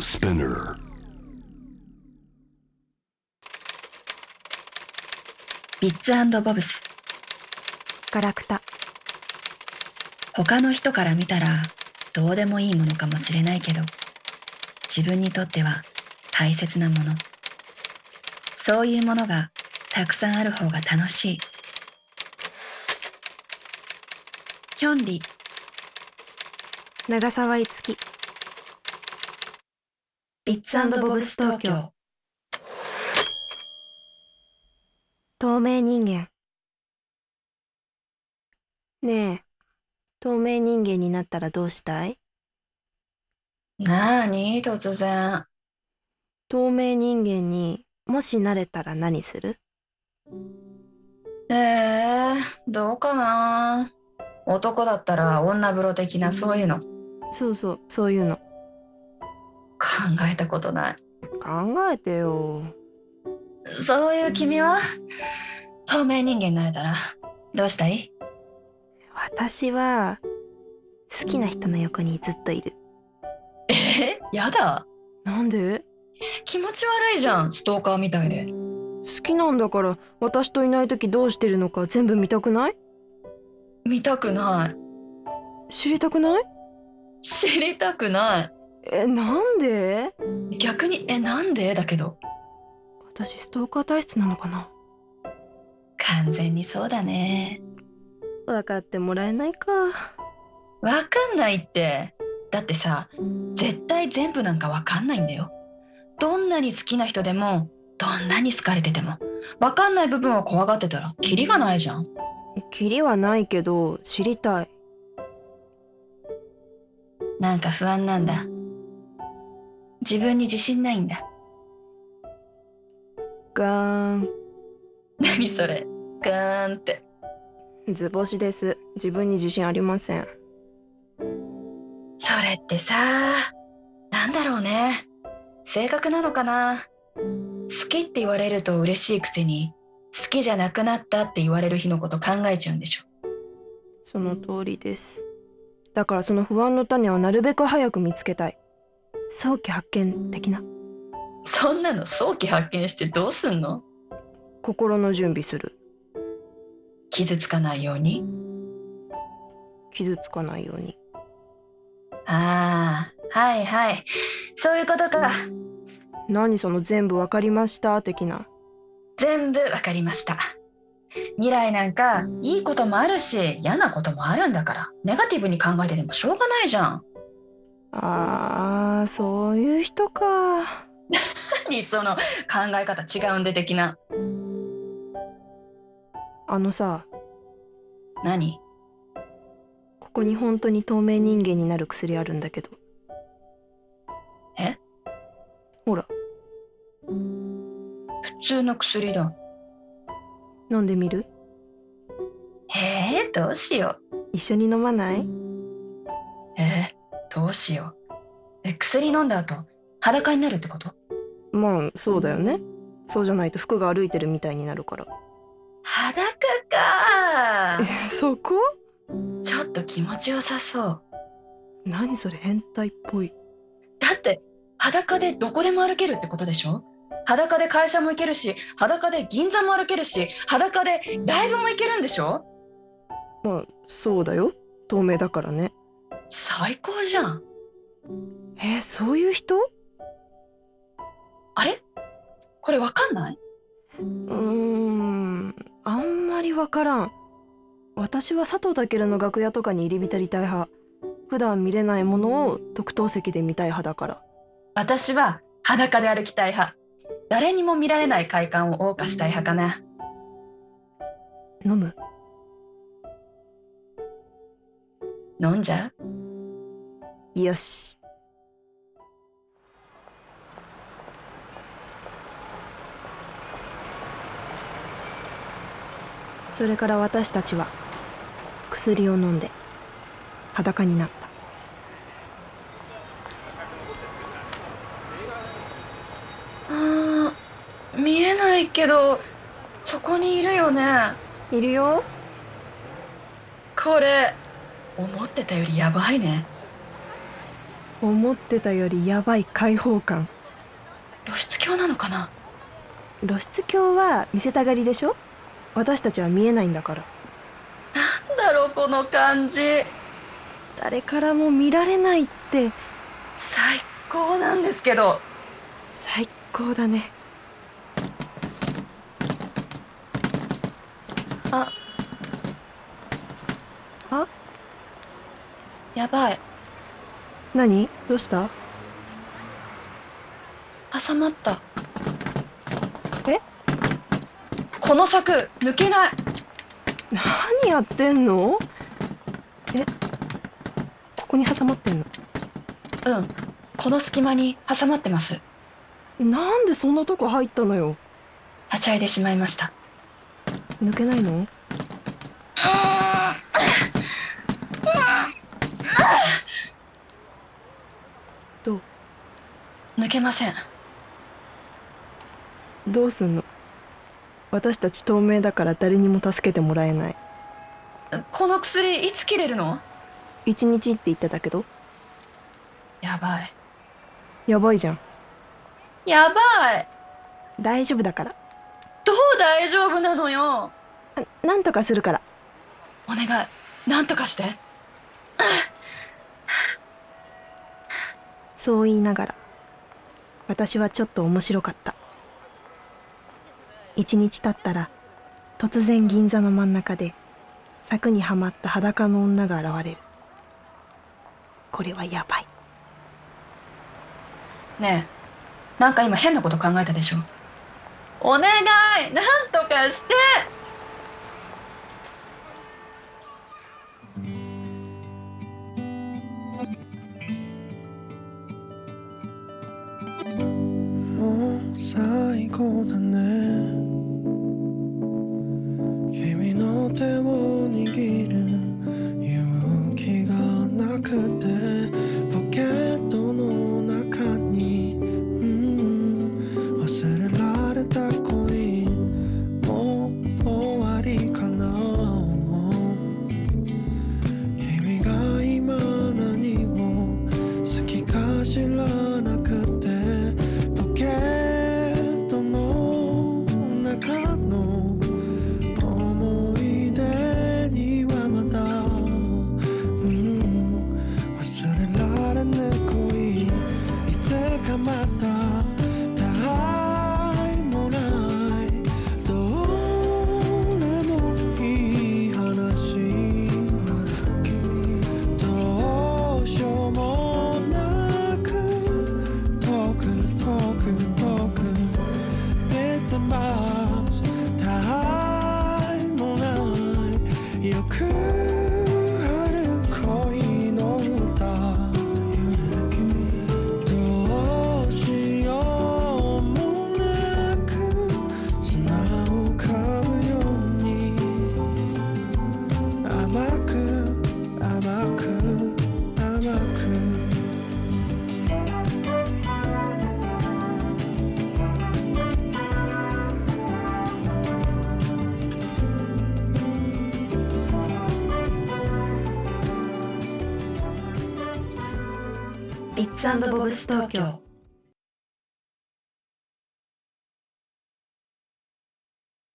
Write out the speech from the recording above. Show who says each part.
Speaker 1: Spinner.
Speaker 2: ビッツボブス
Speaker 3: ガラクタ
Speaker 2: 他の人から見たらどうでもいいものかもしれないけど自分にとっては大切なものそういうものがたくさんある方が楽しいキョンリ
Speaker 3: 長澤いつき
Speaker 2: ビッツボブス東京
Speaker 3: 透明人間ねえ透明人間になったらどうしたい
Speaker 2: なあに突然
Speaker 3: 透明人間にもしなれたら何する
Speaker 2: ええどうかな男だったら女風呂的なそういうの考
Speaker 3: そうそうそういうの
Speaker 2: えたことない
Speaker 3: 考えてよ
Speaker 2: そういう君は透明人間になれたらどうしたい
Speaker 3: 私は好きな人の横にずっといる
Speaker 2: えやだ
Speaker 3: なんで
Speaker 2: 気持ち悪いじゃんストーカーみたいで
Speaker 3: 好きなんだから私といない時どうしてるのか全部見たくない
Speaker 2: 見たくない
Speaker 3: 知りたくない
Speaker 2: 知りたくな
Speaker 3: えなんで
Speaker 2: い逆にえなんでだけど
Speaker 3: 私ストーカー体質なのかな
Speaker 2: 完全にそうだね
Speaker 3: 分かってもらえないか
Speaker 2: わかんないってだってさ絶対全部なんかわかんないんだよどんなに好きな人でもどんなに好かれててもわかんない部分を怖がってたらキリがないじゃん
Speaker 3: キリはないけど知りたい
Speaker 2: なんか不安なんだ自分に自信ないんだ
Speaker 3: ガーン
Speaker 2: 何それガーンって
Speaker 3: 図星です自分に自信ありません
Speaker 2: それってさなんだろうね性格なのかな好きって言われると嬉しいくせに好きじゃなくなったって言われる日のこと考えちゃうんでしょ
Speaker 3: その通りですだからその不安の種をなるべく早く見つけたい早期発見的な
Speaker 2: そんなの早期発見してどうすんの
Speaker 3: 心の準備する
Speaker 2: 傷つかないように
Speaker 3: 傷つかないように
Speaker 2: ああはいはいそういうことか
Speaker 3: 何その全部わかりました的な
Speaker 2: 全部わかりました未来なんかいいこともあるし嫌なこともあるんだからネガティブに考えててもしょうがないじゃん
Speaker 3: あーそういう人か
Speaker 2: 何その考え方違うんで的な
Speaker 3: あのさ
Speaker 2: 何
Speaker 3: ここに本当に透明人間になる薬あるんだけど
Speaker 2: え
Speaker 3: ほら
Speaker 2: 普通の薬だ
Speaker 3: 飲んでみる
Speaker 2: えー、どうしよ
Speaker 3: 一緒に飲まないう
Speaker 2: えー、どうしようえ薬飲んだ後裸になるってこと
Speaker 3: まあそうだよねそうじゃないと服が歩いてるみたいになるから
Speaker 2: 裸か
Speaker 3: そこ
Speaker 2: ちょっと気持ちよさそう
Speaker 3: 何それ変態っぽい
Speaker 2: だって裸でどこでも歩けるってことでしょ裸で会社も行けるし裸で銀座も歩けるし裸でライブも行けるんでしょ
Speaker 3: まあそうだよ透明だからね
Speaker 2: 最高じゃん
Speaker 3: えーそういう人
Speaker 2: あれこれわかんないう
Speaker 3: ーんあんまりわからん私は佐藤健の楽屋とかに入り浸りたい派普段見れないものを特等席で見たい派だから
Speaker 2: 私は裸で歩きたい派誰にも見られない快感を謳歌したい派かな
Speaker 3: 飲む
Speaker 2: 飲んじゃう
Speaker 3: よしそれから私たちは薬を飲んで裸になった
Speaker 2: あー見えないけどそこにいるよね
Speaker 3: いるよ
Speaker 2: これ思ってたよりやばいね
Speaker 3: 思ってたよりやばい開放感
Speaker 2: 露出狂なのかな
Speaker 3: 露出狂は見せたがりでしょ私たちは見えないんだから
Speaker 2: なんだろうこの感じ
Speaker 3: 誰からも見られないって
Speaker 2: 最高なんですけど
Speaker 3: 最高だね
Speaker 2: あ
Speaker 3: あ
Speaker 2: やばい
Speaker 3: 何どうした
Speaker 2: 挟まった
Speaker 3: え
Speaker 2: この柵抜けない
Speaker 3: 何やってんのえここに挟まってんの
Speaker 2: うんこの隙間に挟まってます
Speaker 3: なんでそんなとこ入ったのよ
Speaker 2: はしゃいでしまいました
Speaker 3: 抜けないのどう
Speaker 2: 抜けません
Speaker 3: どうすんの私たち透明だから誰にも助けてもらえない
Speaker 2: この薬いつ切れるの
Speaker 3: 一日って言ってたけど
Speaker 2: やばい
Speaker 3: やばいじゃん
Speaker 2: やばい
Speaker 3: 大丈夫だから
Speaker 2: どう大丈夫なのよ
Speaker 3: あなんとかするから
Speaker 2: お願いなんとかして
Speaker 3: そう言いながら私はちょっと面白かった一日経ったら突然銀座の真ん中で柵にはまった裸の女が現れるこれはやばい
Speaker 2: ねえなんか今変なこと考えたでしょお願いなんとかして
Speaker 1: もう最高だね君の手を握る勇気がなくてポケットの中に、うん、忘れられた恋もう終わりかな君が今何を好きか知らなくてポケットの中の思い出にはまだ、うん、忘れられぬ恋いつかまたたあいもないどうでもいい話どうしようもなく遠く遠く遠く It's a mouse たあいもないよくある恋の歌どうしようもなく砂を浮かぶように甘く甘く甘く
Speaker 3: リッツ
Speaker 2: ボブス東京